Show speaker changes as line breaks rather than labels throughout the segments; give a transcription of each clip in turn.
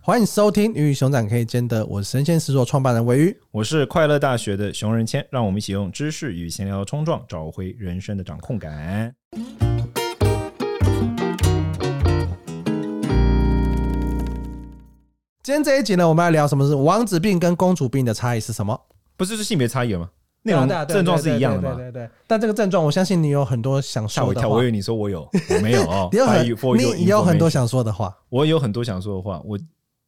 欢迎收听《鱼与熊掌可以兼得》，我是神仙食所创办人维鱼。
我是快乐大学的熊仁谦，让我们一起用知识与闲聊冲撞，找回人生的掌控感。
今天这一集呢，我们要聊什么是王子病跟公主病的差异是什么？
不是就是性别差异了吗？内容
对啊对啊对啊
症状是一样的
对
吗？
对对对对但这个症状，我相信你有很多想
吓
说
我一
的
跳，
话
我以，为你说我有， 我没有。哦
你有
I
很
for your
你有很多
information
想说的话。
我有很多想说的话，我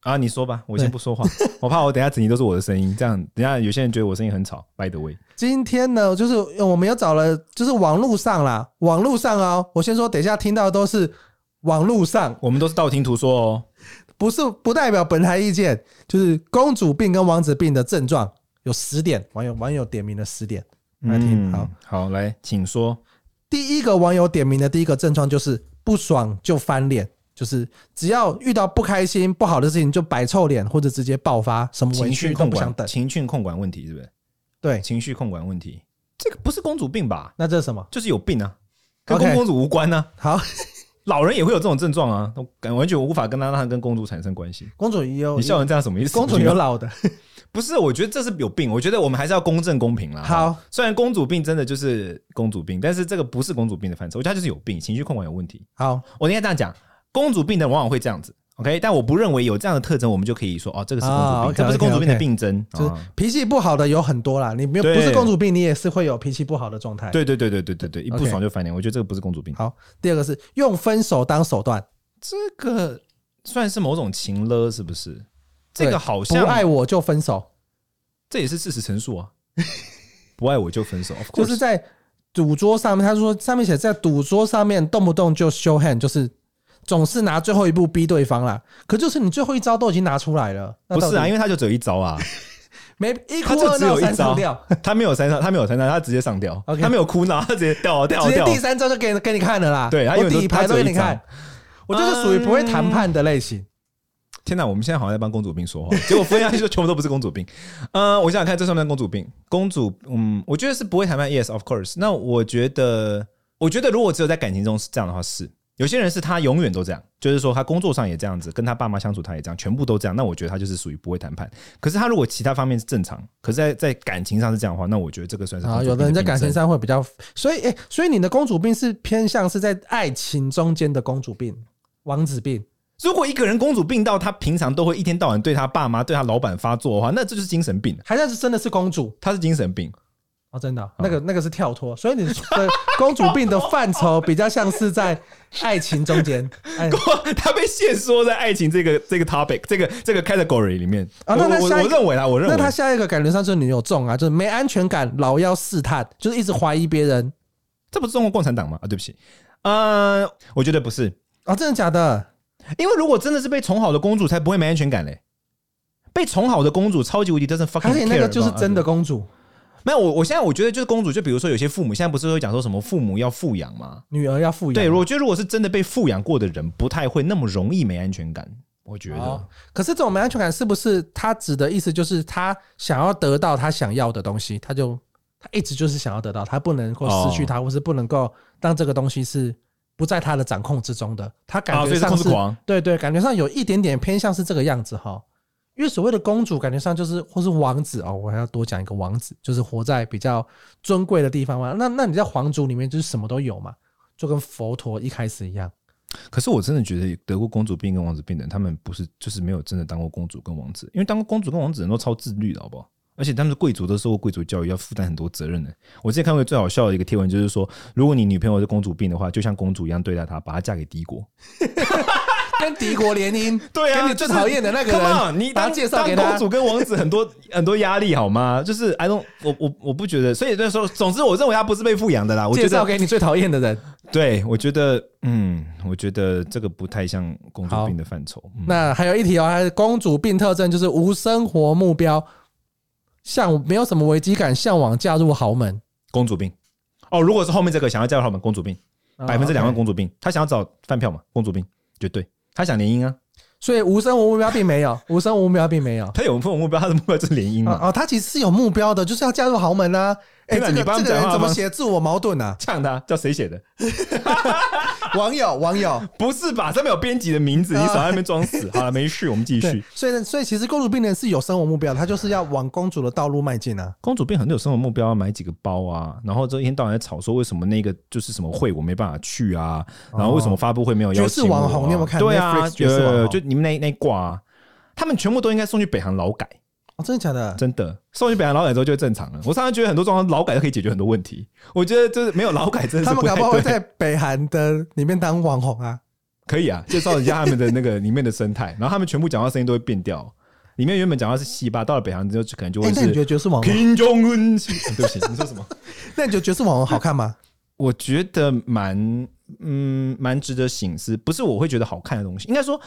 啊，你说吧，我先
对
不说话，我怕我等一下整集都是我的声音，这样等一下有些人觉得我声音很吵。By the way，
今天呢，就是呃我们又找了，就是网络上啦，网络上哦，我先说，等一下听到的都是网络上，
我们都是道听途说 哦。
不是不代表本台意见，就是公主病跟王子病的症状有十点，网友网友点名了十点来听。
嗯
好，，
好，来，请说。
第一个网友点名的第一个症状就是不爽就翻脸，就是只要遇到不开心、不好的事情就摆臭脸，或者直接爆发，什么委
情绪
屈都
控
不想
管，
等。
情绪控管问题是不是？
对，
情绪控管问题，这个不是公主病吧？
那这是什么？
就是有病啊，跟
OK
公公主无关啊。
好，
老人也会有这种症状啊，我感完全无法跟他让他跟公主产生关系。
公主也有
你笑成这样什么意思？
哦公主有老的，
不是？我觉得这是有病，我觉得我们还是要公正公平啦。
好，
虽然公主病真的就是公主病，但是这个不是公主病的范畴，我觉得它就是有病，情绪控管有问题。
好，
我应该这样讲，公主病的往往会这样子。OK，但我不认为有这样的特征，我们就可以说哦，这个是公主病，
啊，OK，
这不是
OK，
公主病的
OK
病征。
就是
啊
脾气不好的有很多啦，你没有
对
不是公主病，你也是会有脾气不好的状态。，
对对对对对对对，一不
OK
爽就翻脸，我觉得这个不是公主病，
好，第二个是用分手当手段，
这个算是某种情勒，是不是？这
对
个好
不
像
爱我就分手，
这也是事实陈 述啊。不爱我就分手，of course
就是在赌桌上面，他说上面写在赌桌上面动不动就 show hand，就是总是拿最后一步逼对方啦。可就是你最后一招都已经拿出来了，那
不
到底
是啊，因为他就只有一招啊，
没一哭
他就
二
只
闹
有一
三
招
上 吊，
他没有三上，他没有三上，他直接上吊
OK
他没有哭闹，他直接掉啊掉啊
直接
掉啊
第三招就给你给你看了啦。
对他
我
永远都
底牌都给你看，我就是属于不会谈
嗯
判的类型。
天哪，我们现在好像在帮公主病说话， 结果分下去就全部都不是公主病。 嗯、我想想看，这算不算公主病？公主，嗯，我觉得是不会谈判，yes of course。那我觉得，我觉得如果只有在感情中是这样的话，是有些人是他永远都这样，就是说他工作上也这样子，跟他爸妈相处他也这样，全部都这样。那我觉得他就是属于不会谈判。可是他如果其他方面是正常，可是在在感情上是这样的话，那我觉得这个算是公
啊，
主病
有的人在
病
感情
症
上会比较，所以哎、所以你的公主病是偏向是在爱情中间的公主病、王子病，
如果一个人公主病到他平常都会一天到晚对他爸妈、对他老板发作的话，那这就是精神病了。
还是真的是公主
他是精神病，
哦，真的哦、那个那个是跳脱， 所以你的公主病的范畴比较像是在爱情中 间，哎
他被限缩在爱情这个这个 topic 这个这个 category 里面。
啊那
我
那
我
下一
我
个
认为啦，我认
那
为
他下一个感觉上就是你有重啊，就是没安全感，老要试探，就是一直怀疑别人
这不是中国共产党吗？啊，对不起，呃，我觉得不是，
啊，真的假的？
因为如果真的是被宠好的公主，才不会没安全感嘞。被宠好的公主超级无敌真是 fucking
而且那
care
个就是
吧
真的公主
没有我，我现在我觉得就是公主，就比如说有些父母现在不是会讲说什么父母要富养吗？
女儿要富养，
对，我觉得如果是真的被富养过的人，不太会那么容易没安全感。我觉得，
哦可是这种没安全感是不是他指的意思就是他想要得到他想要的东西，他就他一直就是想要得到，他不能够失
哦
去它，或是不能够让这个东西是不在他的掌控之中的。他感
啊所
觉
以是
上
控制
是，
狂
对对，感觉上有一点点偏向是这个样子哈。因为所谓的公主，感觉上就是或是王子哦，我还要多讲一个王子，就是活在比较尊贵的地方嘛。那那你在皇族里面就是什么都有嘛，就跟佛陀一开始一样。
可是我真的觉得得过公主病跟王子病的人，他们不是就是没有真的当过公主跟王子，因为当过公主跟王子的人都超自律的，好不好？而且他们是贵族，都受过贵族教育，要负担很多责任的。我之前看过最好笑的一个贴文，就是说，如果你女朋友是公主病的话，就像公主一样对待她，把她嫁给敌国。
跟敌国联姻，
对啊，
跟你最讨厌的那个人
Come on，你
把
当
他介绍给
当
他
公主跟王子很多很多压力好吗？就是 I don't，我我我不觉得，所以那时候，总之我认为他不是被富养的啦。我觉
介绍
得，嗯
给你最讨厌的人。
对我觉得，嗯，我觉得这个不太像公主病的范畴。嗯
那还有一题哦，还有公主病特征就是无生活目标，向没有什么危机感，向往嫁入豪门，
公主病。哦，如果是后面这个想要嫁入豪门，公主病，百分之两万
哦，OK
公主病。他想要找饭票嘛，公主病，绝对。他想联姻啊，
所以无生活目标并没有， 无生活目标并没有。啊
他有份目标，他的目标就是联姻嘛。
哦哦，他其实是有目标的，就是要嫁入豪门啊。哎、
嗯 天哪
这
你
个
帮
这个
他讲话
人怎么
吗
写自我矛盾 啊？
呛他叫谁写的？
网友，网友，
不是吧？上面有编辑的名字，你少在那边装 死。好了，没事，我们继
啊对
续。，
所以呢，所以其实公主病人是有生活目标的，他就是要往公主的道路迈进啊。
公主病很有生活目标，买几个包啊，然后这一天到晚在吵说为什么那个就是什么会我没办法去啊，然后为什么发布会没有邀请我
哦
啊
爵士网红你有没有看
对啊
Netflix，爵士网红
有有有就你们那那一挂、啊，他们全部都应该送去北韩劳改，
哦，真的假的？
真的送去北韩劳改之后就会正常了。我常常觉得很多状况劳改就可以解决很多问题，我觉得就是没有劳改真 的
他
是
们
不太
搞不好会
对。
在北韩的里面当网红 啊。
可以啊，介绍一下他们的那个里面的生态，然后他们全部讲话声音都会变调。里面原本讲话是西巴，到了北韩之后就可能就
哎、
会
那你觉
是
得爵士网红？
Kim Jong Un。对不 起，你说什么？
那你觉得爵士网红好看 吗？
我觉得蛮嗯蛮值得醒思，不是我会觉得好看的东西，应该说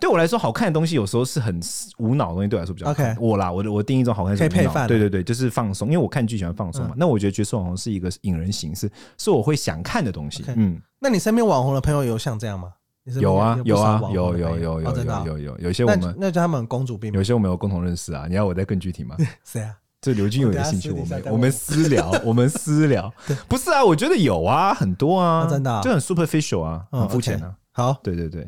对我来说好看的东西有时候是很无脑的东西，对我来说比较好看
OK
我啦，我的我定义中好看是
可以配
无脑
饭啊嗯
对对对，就是放松，因为我看剧喜欢放松嘛。那我觉得角色网红是一个引人形式，是我会想看的东西。
OK
嗯，
那你身边网红的朋友有像这样吗？你身边
有啊
不
有
少
啊
网红
有
的
有
朋友
有有
哦真的啊
有有有有些我
那
们
那就他们很公主病吗
有？些我们有共同认识啊，你要我再更具体吗？
谁啊？
这刘金有的兴趣，
我等
我
下私底下
们
再问
我们私 聊，我们私聊，不是啊？我觉得有啊，很多
啊
啊，
真的啊
就很 superficial 啊，
嗯
很肤浅啊。
好，
对对对，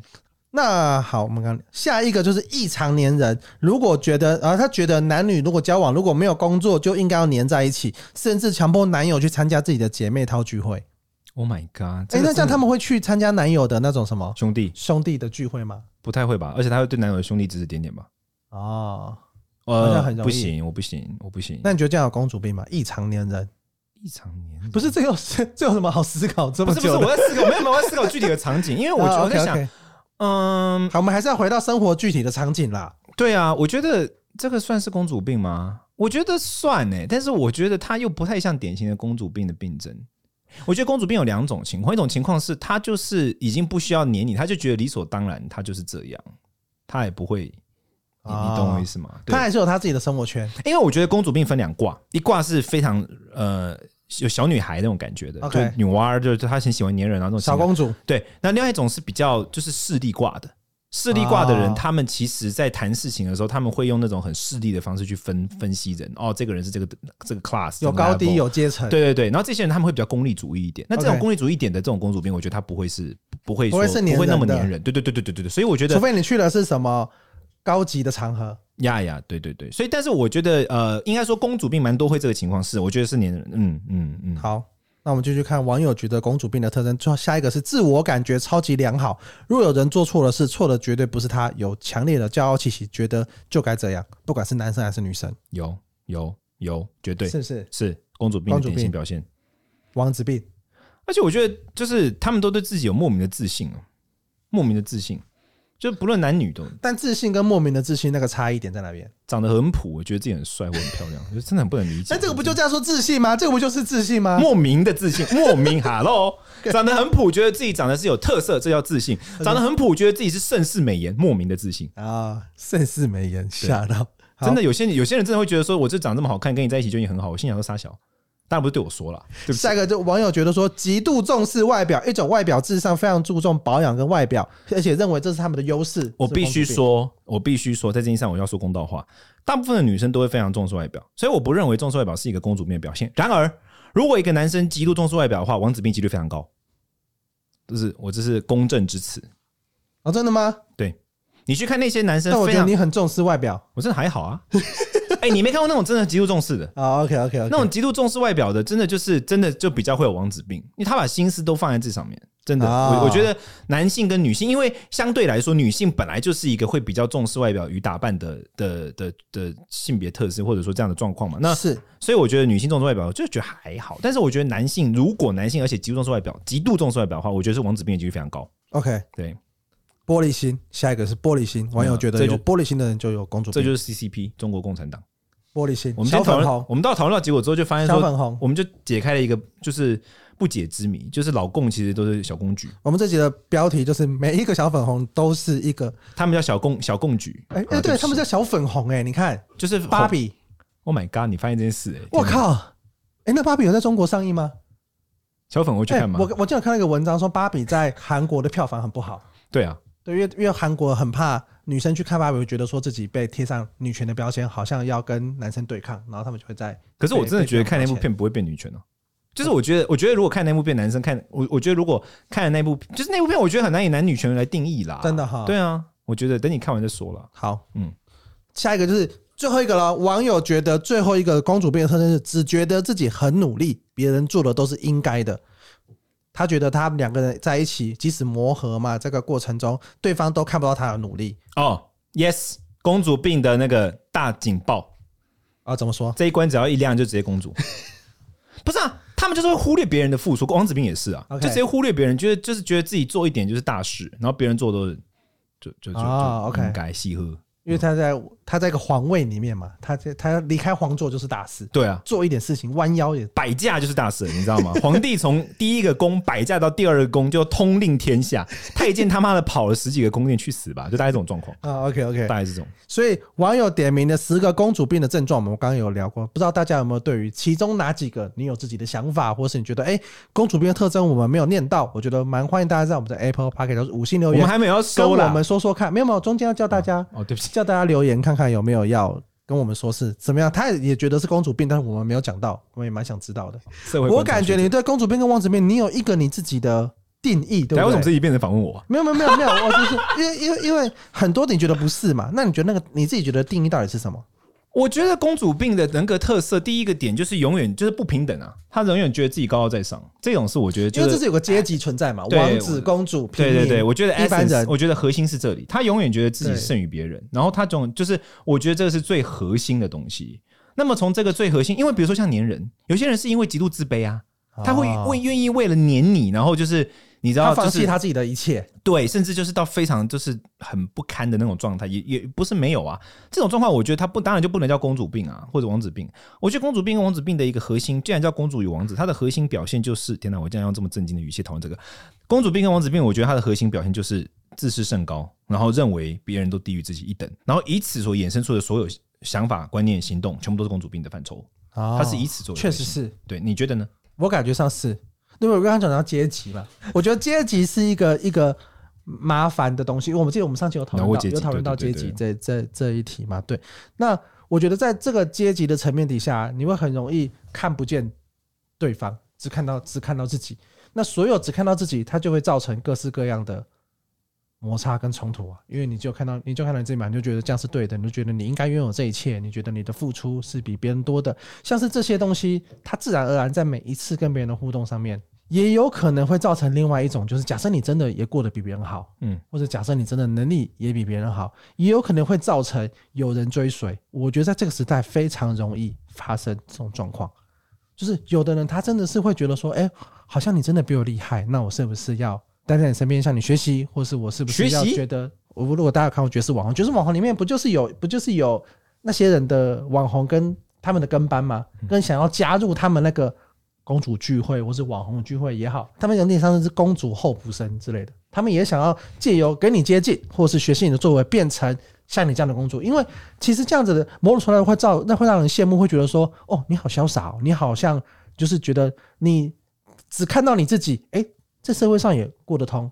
那好，我们刚下一个就是异常粘人。如果觉得啊、他觉得男女如果交往如果没有工作，就应该要粘在一起，甚至强迫男友去参加自己的姐妹淘聚会。
Oh my god！
哎、
真的
那这样
是
他们会去参加男友的那种什么
兄弟
兄弟的聚会吗？
不太会吧？而且他会对男友的兄弟指指点点吧？
哦，好
呃
像很，容易
不行，我不行，我不行。
那你觉得这样有公主病吗？异常粘人
异常年
不是这有这有什么好思考这
不
么
是不是，
久的？
我在思 考，没有没有，我在思考具体的场景，因为我觉得
啊
我在
OK，
想，
OK
嗯，
好，我们还是要回到生活具体的场景啦。
对啊，我觉得这个算是公主病吗？我觉得算诶、但是我觉得它又不太像典型的公主病的病症。我觉得公主病有两种情况，一种情况是她就是已经不需要黏你，她就觉得理所当然，她就是这样，她也不会，你
啊
你懂我意思吗？对
他还是有他自己的生活圈。
因为我觉得公主病分两卦，一卦是非常呃有小女孩那种感觉的
OK
就女娃儿，就是她很喜欢黏人啊那种
小
情感
公主
对，那另外一种是比较就是势力卦的。势力卦的人，
哦
他们其实在谈事情的时候，他们会用那种很势利的方式去分分析人。哦，这个人是这个这个 class
有
这个
高低
level
有阶层，
对对对，然后这些人他们会比较功利主义一点。那这种
OK
功利主义一点的这种公主病，我觉得他不会是不会
不
说
会是黏
那么
人的
黏人。对对对对对对对，所以我觉得
除非你去的是什么高级的场合。
呀呀，对对对，所以但是我觉得呃，应该说公主病蛮多会这个情况是，我觉得是年人，嗯嗯嗯，
好，那我们就去看网友觉得公主病的特征。最后下一个是自我感觉超级良好，若有人做错了事，错的绝对不是他，有强烈的骄傲气息，觉得就该这样，不管是男生还是女生，
有有有，绝对
是
是
不是
公主病的
公主
典型
病
表现。
王子病？
而且我觉得就是他们都对自己有莫名的自信啊，莫名的自信，就不论男女都
但自信跟莫名的自信那个差异点在哪边？
长得很普，我觉得自己很帅或很漂亮， 就真的很不能理解。
那这个不就叫做自信吗？这个不就是自信吗？
莫名 的自信，莫名 hello，长得很普，觉得自己长得是有特色，这叫自信；长得很普，觉得自己是盛世美颜，莫名的自信。
啊，盛世美颜吓到，好
真的有些有些人真的会觉得说，我这长这么好看，跟你在一起就已经很好。我心想说傻小，当然不是对我说了，对不起
下一个就网友觉得说，极度重视外表，一种外表至上，非常注重保养跟外表，而且认为这是他们的优势。
我
是
必
公主
须
病，
说，我必须说，在这件事上我要说公道话。大部分的女生都会非常重视外表，所以我不认为重视外表是一个公主病的表现。然而，如果一个男生极度重视外表的话，王子病几率非常高。就是我这是公正之词。
哦，真的吗？
对你去看那些男生
但我
非
觉得
常，
你很重视外表
我真的还好啊。 哎、你没看过那种真的极度重视的，
啊。OK OK OK，
那种极度重视外表的，真的就是真的就比较会有王子病，因为他把心思都放在这上面。真的，
啊
我我觉得男性跟女性，因为相对来说，女性本来就是一个会比较重视外表与打扮的的的的性别特质，或者说这样的状况嘛。那
是
所以我觉得女性重视外表，我就觉得还好。但是我觉得男性，如果男性而且极度重视外表，极度重视外表的话，我觉得是王子病的几率非常高。
OK。
对，
玻璃心，下一个是玻璃心。网友觉得
这就
有玻璃心的人就有公主
这
病，
就是 CCP 中国共产党。
玻璃心
我。们
小
先讨
粉
论
红，，
我们到讨论到结果之后，就发现
小
说，
粉红。
我们就解开了一个就是不解之谜，就是老共其实都是小公举。
我们这集的标题就是每一个小粉红都是一个，
他们叫小共小共举，
哎、
啊
哎，对他们
不
叫
起
小粉红、哎，你看
就是
芭
比。
比，
Oh my god！你发现这件事、欸？
我
天哪！
靠，哎、那芭比有在中国上映吗？
小粉会去
哎
看吗？
我我经常看到一个文章说芭比在韩国的票房很不好，
对啊，
对，因为因为韩国很怕女生去看芭比，会觉得说自己被贴上女权的标签，好像要跟男生对抗，然后他们就会在
可是我真的觉得看那部
被被
片不会变女权哦、就是我觉得，我觉得如果看那部片，男生看我，我觉得如果看了那部，就是那部片，我觉得很难以男女权来定义啦。
真的哈
对啊，我觉得等你看完再说了。
好，
嗯，
下一个就是最后一个了。网友觉得最后一个公主病的特征是只觉得自己很努力，别人做的都是应该的。他觉得他们两个人在一起，即使磨合嘛，这个过程中对方都看不到他的努力
哦、y e s 公主病的那个大警报，
啊。怎么说？
这一关只要一亮就直接公主。 不是啊，他们就是会忽略别人的付出，王子病也是啊
OK
就直接忽略别人，觉得就是觉得自己做一点就是大事，然后别人做都是就就就就
啊
就
，OK
应该细喝。
因为他在他在一个皇位里面嘛，他在他离开皇座就是大事，
对啊，
做一点事情弯腰也
摆驾就是大事，你知道吗？ 皇帝从第一个宫摆驾到第二个宫就通令天下，太监他妈的跑了十几个宫殿，去死吧！就大概这种状况，
啊。OK OK，
大概是这种。
所以网友点名的十个公主病的症状，我们刚刚有聊过，不知道大家有没有对于其中哪几个你有自己的想法，或是你觉得哎、公主病的特征我们没有念到，我觉得蛮欢迎大家在我们的 Apple Park 都是五星留
我们
言，
还没有要
哦跟
收
我
啦。
们说说看，没有没有，中间要叫大家
哦，对不起，
叫大家留言看看有没有要。跟我们说是怎么样，他也觉得是公主病，但是我们没有讲到，我也蛮想知道的。
社会
我
观察
感觉
学
你对公主病跟王子病，你有一个你自己的定义，
者，
对
等下
不
为什
对
么？自己变成访问我啊？
没有没有没有没有，我就是因为因为因为很多你觉得不是嘛？那你觉得那个你自己觉得定义到底是什么？
我觉得公主病的人格特色，第一个点就是永远就是不平等啊，他永远觉得自己高高在上，这种是我觉得
因
就
为这
是
是有个阶级存在嘛，
对
王子、公主、平
对
民。
对对，我觉得
一般
essence，
人
我觉得核心是这里，他永远觉得自己
对
胜于别人，然后他总就是我觉得这个是最核心的东西。那么从这个最核心，因为比如说像黏人，有些人是因为极度自卑啊，他会
哦
为愿意为了黏你，然后就是你知道，
他
就
放
是
弃他自己的一切，
对，甚至就是到非常就是很不堪的那种状态，也也不是没有啊。这种状况，我觉得它不当然就不能叫公主病啊，或者王子病。我觉得公主病跟王子病的一个核心，既然叫公主与王子，它的核心表现就是，天哪，我竟然用这么震惊的语气讨论这个公主病跟王子病，我觉得它的核心表现就是自视甚高，然后认为别人都低于自己一等，然后以此所衍生出的所有想法、观念、行动，全部都是公主病的范畴。
他
它是以此作
哦
为核
确
心，
实是
对，你觉得呢？
我感觉上是，因为我刚刚讲到阶级 嘛，我觉得阶级是一个一个麻烦的东西。因为我们记得我们上期有讨
聊过
论到
阶级
有讨论到
对
阶
对对
级这这这一题嘛，对。那我觉得在这个阶级的层面底下，你会很容易看不见对方，只看到只看到自己。那所有只看到自己，它就会造成各式各样的摩擦跟冲突啊。因为你就看到你就看到你自己嘛，你就觉得这样是对的，你就觉得你应该拥有这一切，你觉得你的付出是比别人多的，像是这些东西，它自然而然在每一次跟别人的互动上面，也有可能会造成另外一种，就是假设你真的也过得比别人好，
嗯，
或者假设你真的能力也比别人好，也有可能会造成有人追随。我觉得在这个时代非常容易发生这种状况，就是有的人他真的是会觉得说，哎、好像你真的比我厉害，那我是不是要待在你身边向你学习，或是我是不是
学习
要觉得，我如果大家有看过《绝世网红》，《绝世网红》里面不就是有不就是有那些人的网红跟他们的跟班嘛，跟想要加入他们那个公主聚会或是网红聚会也好，他们有点像是公主候补生之类的，他们也想要借由跟你接近，或是学习你的作为，变成像你这样的公主。因为其实这样子的某种程度上会造，那会让人羡慕，会觉得说，哦，你好潇洒、哦，你好像就是觉得你只看到你自己，哎、这社会上也过得通。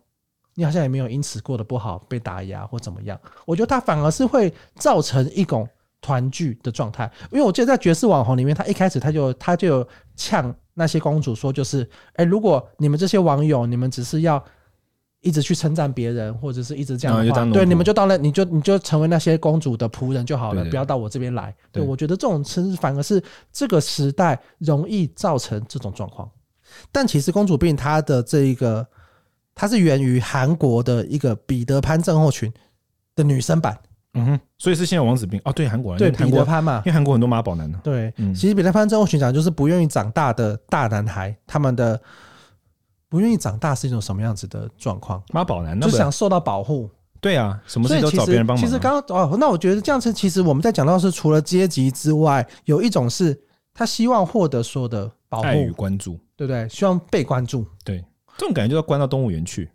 你好像也没有因此过得不好，被打压或怎么样。我觉得它反而是会造成一种团聚的状态。因为我记得在《爵士网红》里面，他一开始他就他就有呛那些公主说，就是哎、如果你们这些网友，你们只是要一直去称赞别人，或者是一直这样
啊就
的话，
当奴
对，
仆
你们就当了，你就你就成为那些公主的仆人就好了，
对对对
不要到我这边来。
对
对我觉得这种其实反而是这个时代容易造成这种状况。但其实公主病它的这一个，它是源于韩国的一个彼得潘症候群的女生版，
嗯哼，所以是现在王子病哦，对，韩国人，
对
因为韩
彼
国嗯
得，潘嘛
因，为韩国很多妈宝男呢、
对，
嗯
其实彼得潘症候群讲就是不愿意长大的大男孩，他们的不愿意长大是一种什么样子的状况？
妈宝男，那
就
不然
想受到保护，
对啊，什么
所
事
以
都
其
找
实
别人帮忙啊。
其实刚刚哦，那我觉得这样子，其实我们在讲到是除了阶级之外，有一种是他希望获得所有的保护
爱，与关注，
对不对？希望被关注。
对这种感觉就要关到动物园去，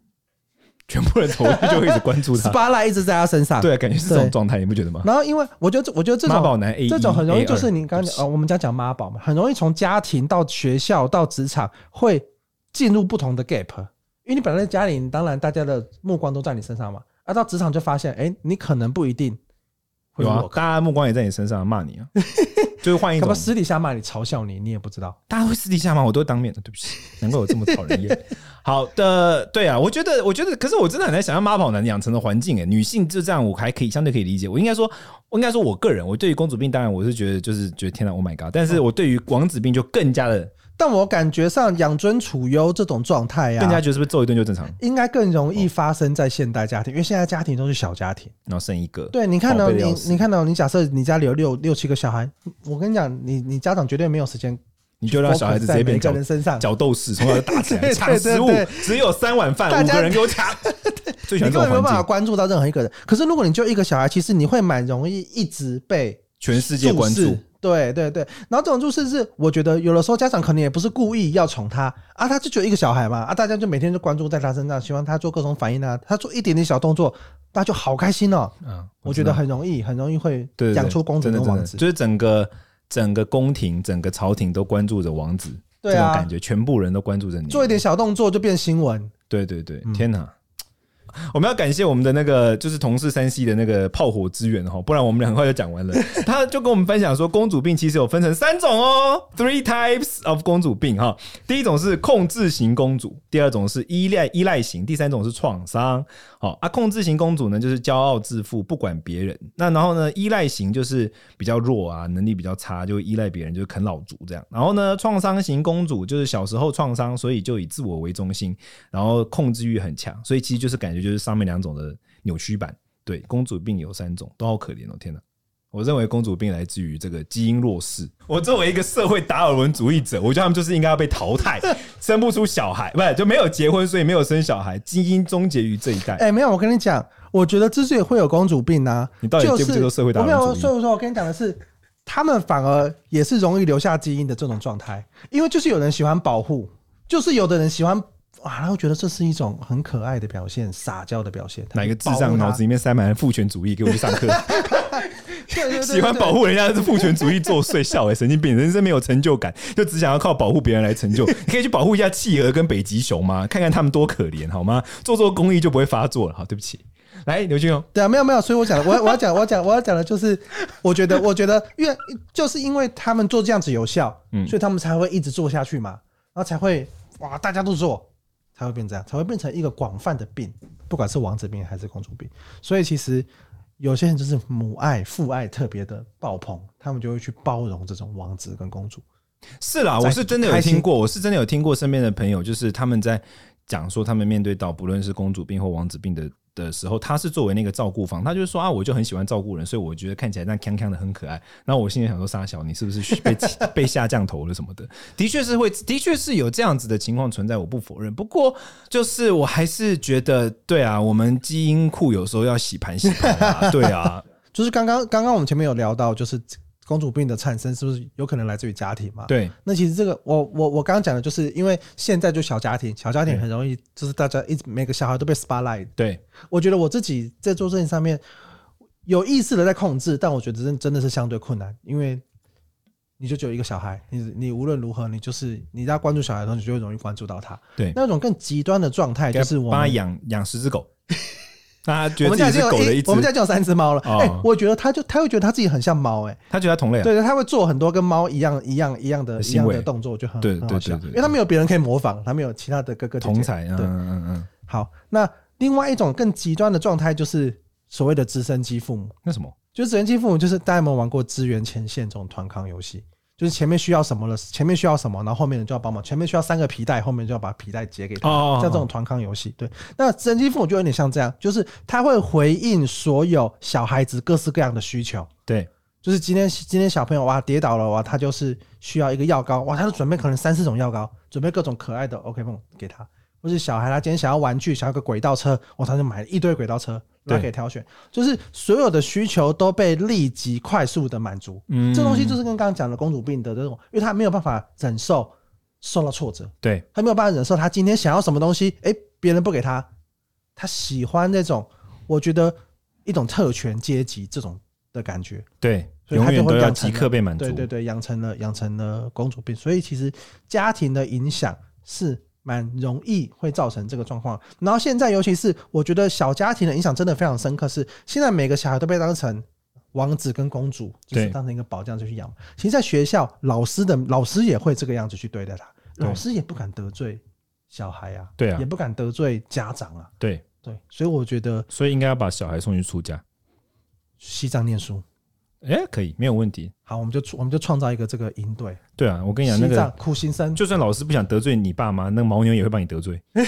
全部人投就会一直关注 他。
spotlight 一直在他身上。。
啊对啊，感觉是这种
对
状态，你不觉得吗？
然后，因为我觉得这，我觉得这
妈宝
种
男 A
这种很容易就是你刚
刚
刚讲呃，我们讲讲妈宝嘛，很容易从家庭到学校到职场会进入不同的 gap，因为你本来在家里，你当然大家的目光都在你身上嘛。啊，到职场就发现，哎、你可能不一定会
有啊
我，
大家目光也在你身上骂 你啊，就是换一
可
种
不，私底下骂你、嘲笑你，你也不知道。
大家会私底下骂我，都会当面的，对不起，难怪我这么讨 人厌。好的，对啊，我觉得，我觉得，可是我真的很难想象妈宝男养成的环境，哎，女性就这样，我还可以相对可以理解。我应该说，我应该说，我个人，我对于公主病，当然我是觉得，就是觉得天哪，Oh my god！但是我
哦
对于王子病就更加的，
但我感觉上养尊处优这种状态呀，
更加觉得是不是揍一顿就正常，
应该更容易发生在现代
哦
家庭，因为现在家庭都是小家庭。
然后生一个，
对，你看到、
宝贝哦的
你
要死
你看到、你假设你家里有六六七个小孩，我跟你讲，你你家长绝对没有时间
你就让小孩子
focus
直
在
接
每
变
个
角
人身上，
角斗士，从小就打起
对
来，
对
抢食物
对，
只有三碗饭，
大
五
家
个人给我 抢，最
你根
喜欢这
本没有办
种
法
环境，
关注到任何一个人。可是如果你就一个小孩，其实你会蛮容易一直被
全世界关
注
注
视。对对对，然后这种注视是，我觉得有的时候家长可能也不是故意要宠他啊，他就只有一个小孩嘛啊，大家就每天就关注在他身上，希望他做各种反应啊，他做一点点小动作，大家就好开心哦。
嗯，
我
知
觉得
道
很容易，很容易会
对对对
养出公主
真的
跟
真
王
的
子。
就是整个整个宫廷、整个朝廷都关注着王子，
对
这种
啊
感，觉，全部人都关注着你。
做一点小动作就变新闻。
对对对，
嗯
天哪！我们要感谢我们的那个就是同事山西的那个炮火支援哈，不然我们很快就讲完了。他就跟我们分享说，公主病其实有分成三种哦，three types of 公主病哈。第一种是控制型公主，第二种是依赖依赖型，第三种是创伤。好啊，控制型公主呢就是骄傲自负，不管别人。那然后呢，依赖型就是比较弱啊，能力比较差，就依赖别人，就是啃老族这样。然后呢，创伤型公主就是小时候创伤，所以就以自我为中心，然后控制欲很强，所以其实就是感觉就是上面两种的扭曲版。对，公主病有三种，都好可怜哦！天哪，我认为公主病来自于这个基因弱势。 我作为一个社会达尔文主义者，我觉得他们就是应该要被淘汰， 生不出小孩，不是就没有结婚，所以没有生小孩，基因终结于这一代。
哎、没有，我跟你讲，我觉得之所以会有公主病啊，
你到底
就
接不接
是
受社会达
我
尔
没
文
有，
主义
所以我说我跟你讲的是，他们反而也是容易留下基因的这种状态，因为就是有人喜欢保护，就是有的人喜欢啊，然后觉得这是一种很可爱的表现，撒娇的表现。
哪个智
保护
障
他
脑子？里面塞满了父权主义，给我去上 课？
对对对
喜欢
对
保护人家是父权主义作祟，笑哎、神经病！人生没有成就感，就只想要靠保护别人来成就。你可以去保护一下企鹅跟北极熊吗？看看他们多可怜好吗？做做公益就不会发作了。好，对不起，来刘俊勇，
对啊，没有没有，所以我讲的，我我要讲，我要讲，我要讲的就是，我觉得，我觉得，因为就是因为他们做这样子有效，
嗯
所以他们才会一直做下去嘛，然后才会哇，大家都做，才会变这样，才会变成一个广泛的病，不管是王子病还是公主病。所以其实有些人就是母爱、父爱特别的爆棚，他们就会去包容这种王子跟公主。
是啦，
在
我是真的有
开心
听过，我是真的有听过身边的朋友，就是他们在讲说他们面对到不论是公主病或王子病的。的时候，他是作为那个照顾方，他就是说啊，我就很喜欢照顾人，所以我觉得看起来那康康的很可爱。然后我心里想说，沙小，你是不是被被下降头了什么的？ 的确是会，的确是有这样子的情况存在，我不否认。不过就是我还是觉得，对啊，我们基因库有时候要洗盘洗盘啊，对 啊，
就是刚刚刚刚我们前面有聊到，就是公主病的产生是不是有可能来自于家庭嘛？
对，
那其实这个，我我我刚刚讲的就是，因为现在就小家庭，小家庭很容易就是大家一直每个小孩都被 spotlight。
对，
我觉得我自己在做事情上面有意识的在控制，但我觉得真真的是相对困难，因为你就只有一个小孩，你你无论如何，你就是你在关注小孩的时候，你就会容易关注到他。
对
那种更极端的状态就是我
帮他
们。
养养十只狗， 他觉
我
得
们家已经
自己是
有
狗的一
一
只，
我们家已经有三只猫了。
哦
哎、我觉得他就他会觉得他自己很像猫、哎，
他觉得他同类啊。
对，他会做很多跟猫一样、一样、一样的、一
行
样
为
的动作，我觉得很
对
很
对
好
对
笑，
对
因为他没有别人可以模仿，他没有其他的哥哥姐姐
同才，嗯
对，
嗯嗯，
好，那另外一种更极端的状态就是所谓的直升机父母，
那什么，
就是直升机父母，就是大家有没有玩过支援前线这种团康游戏？就是前面需要什么了，前面需要什么，然后后面人就要帮忙。前面需要三个皮带，后面就要把皮带截给他。
哦哦哦
像这种团康游戏，对。那直升机父母就有点像这样，就是他会回应所有小孩子各式各样的需求。
对，
就是今天今天小朋友哇跌倒了哇，他就是需要一个药膏哇，他就准备可能三四种药膏，准备各种可爱的 OK 梦给他，或是小孩他今天想要玩具，想要个轨道车，哇，他就买了一堆轨道车，
对
他可以挑选，就是所有的需求都被立即快速的满足。
嗯
这东西就是跟刚刚讲的公主病的这种，因为他没有办法忍受受到挫折，
对，
他没有办法忍受他今天想要什么东西，诶，别人不给他，他喜欢那种，我觉得一种特权阶级这种的感觉。
对，
所以
永
他
远
就
都
会
要
养成
即
了
刻被满足。
对对对，养成了养成了公主病，所以其实家庭的影响是蛮容易会造成这个状况。然后现在，尤其是我觉得小家庭的影响真的非常深刻是，现在每个小孩都被当成王子跟公主，就是
对
当成一个宝这样子去养。其实，在学校，老师的老师也会这个样子去对待他，
对
老师也不敢得罪小孩啊，
对啊
也不敢得罪家长啊，
对，
对。所以我觉得
所以应该要把小孩送去出家。
西藏念书，
哎、可以，没有问题。
好，我们就出我们就创造一个这个营队，
对啊，我跟你讲，那
西藏
个
苦行僧。
就算老师不想得罪你爸妈，那个牦牛也会帮你得罪。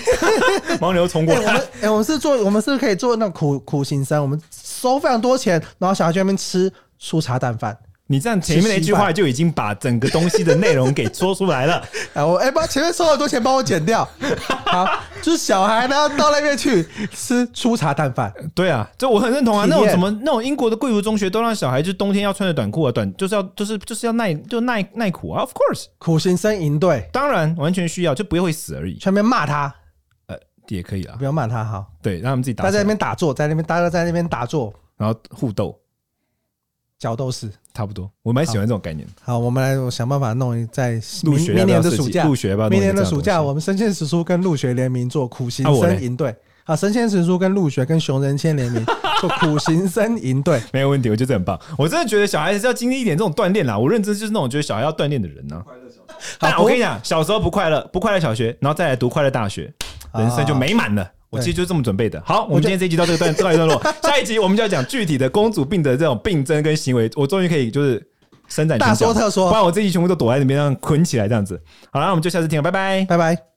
牦牛冲
哎、
过
我
来
们，哎、我们是做，我们是可以做那种苦苦行僧，我们收非常多钱，然后小孩去那边吃粗茶淡饭。
你这样前面那句话就已经把整个东西的内容给说出 来了。
哎、我哎，把、前面收很多钱，帮我减掉。好，就是小孩呢到那边去吃粗茶淡饭，
对啊，这我很认同啊。
体
那
验
种什么那种英国的贵族中学都让小孩就冬天要穿着短裤啊，短就是要就是就是要耐就耐耐苦啊。Of course，
苦行僧营队，
当然完全需要，就不会死而已。
全面骂他，
呃，也可以啦
不。要骂他哈。
对，让他们自己打
大家
起
在
来，
那边打坐，在那边大家在那边打坐，
然后互斗，
角斗士。
差不多。我蛮喜欢这种概念。
好，我们来我想办法弄一在明
入学
明
要不
年
要
的
设计
暑假，
入学要不要弄
明年
一个
的
这样的
暑假，
东西
我们神仙史书跟入学联名做苦行
啊我嘞
僧营队。啊，神仙史书跟入学跟熊仁谦联名做苦行僧营队，
没有问题，我觉得这很 棒。我真的觉得小孩子要经历一点这种锻炼啦。我认真就是那种觉得小孩要锻炼的人呢、但
好
我跟你讲，小时候不快乐，不快乐小学，然后再来读快乐大学，人生就美满了。我其实就这么准备的。啊好，我们今天这一集到这个段告一段落， 下一集我们就要讲具体的公主病的这种病症跟行为。我终于可以就是伸展
大
拳脚
说特说
不然我这一集全部都躲在里面让捆起来这样子。好啦，我们就下次听了，拜拜。
拜拜。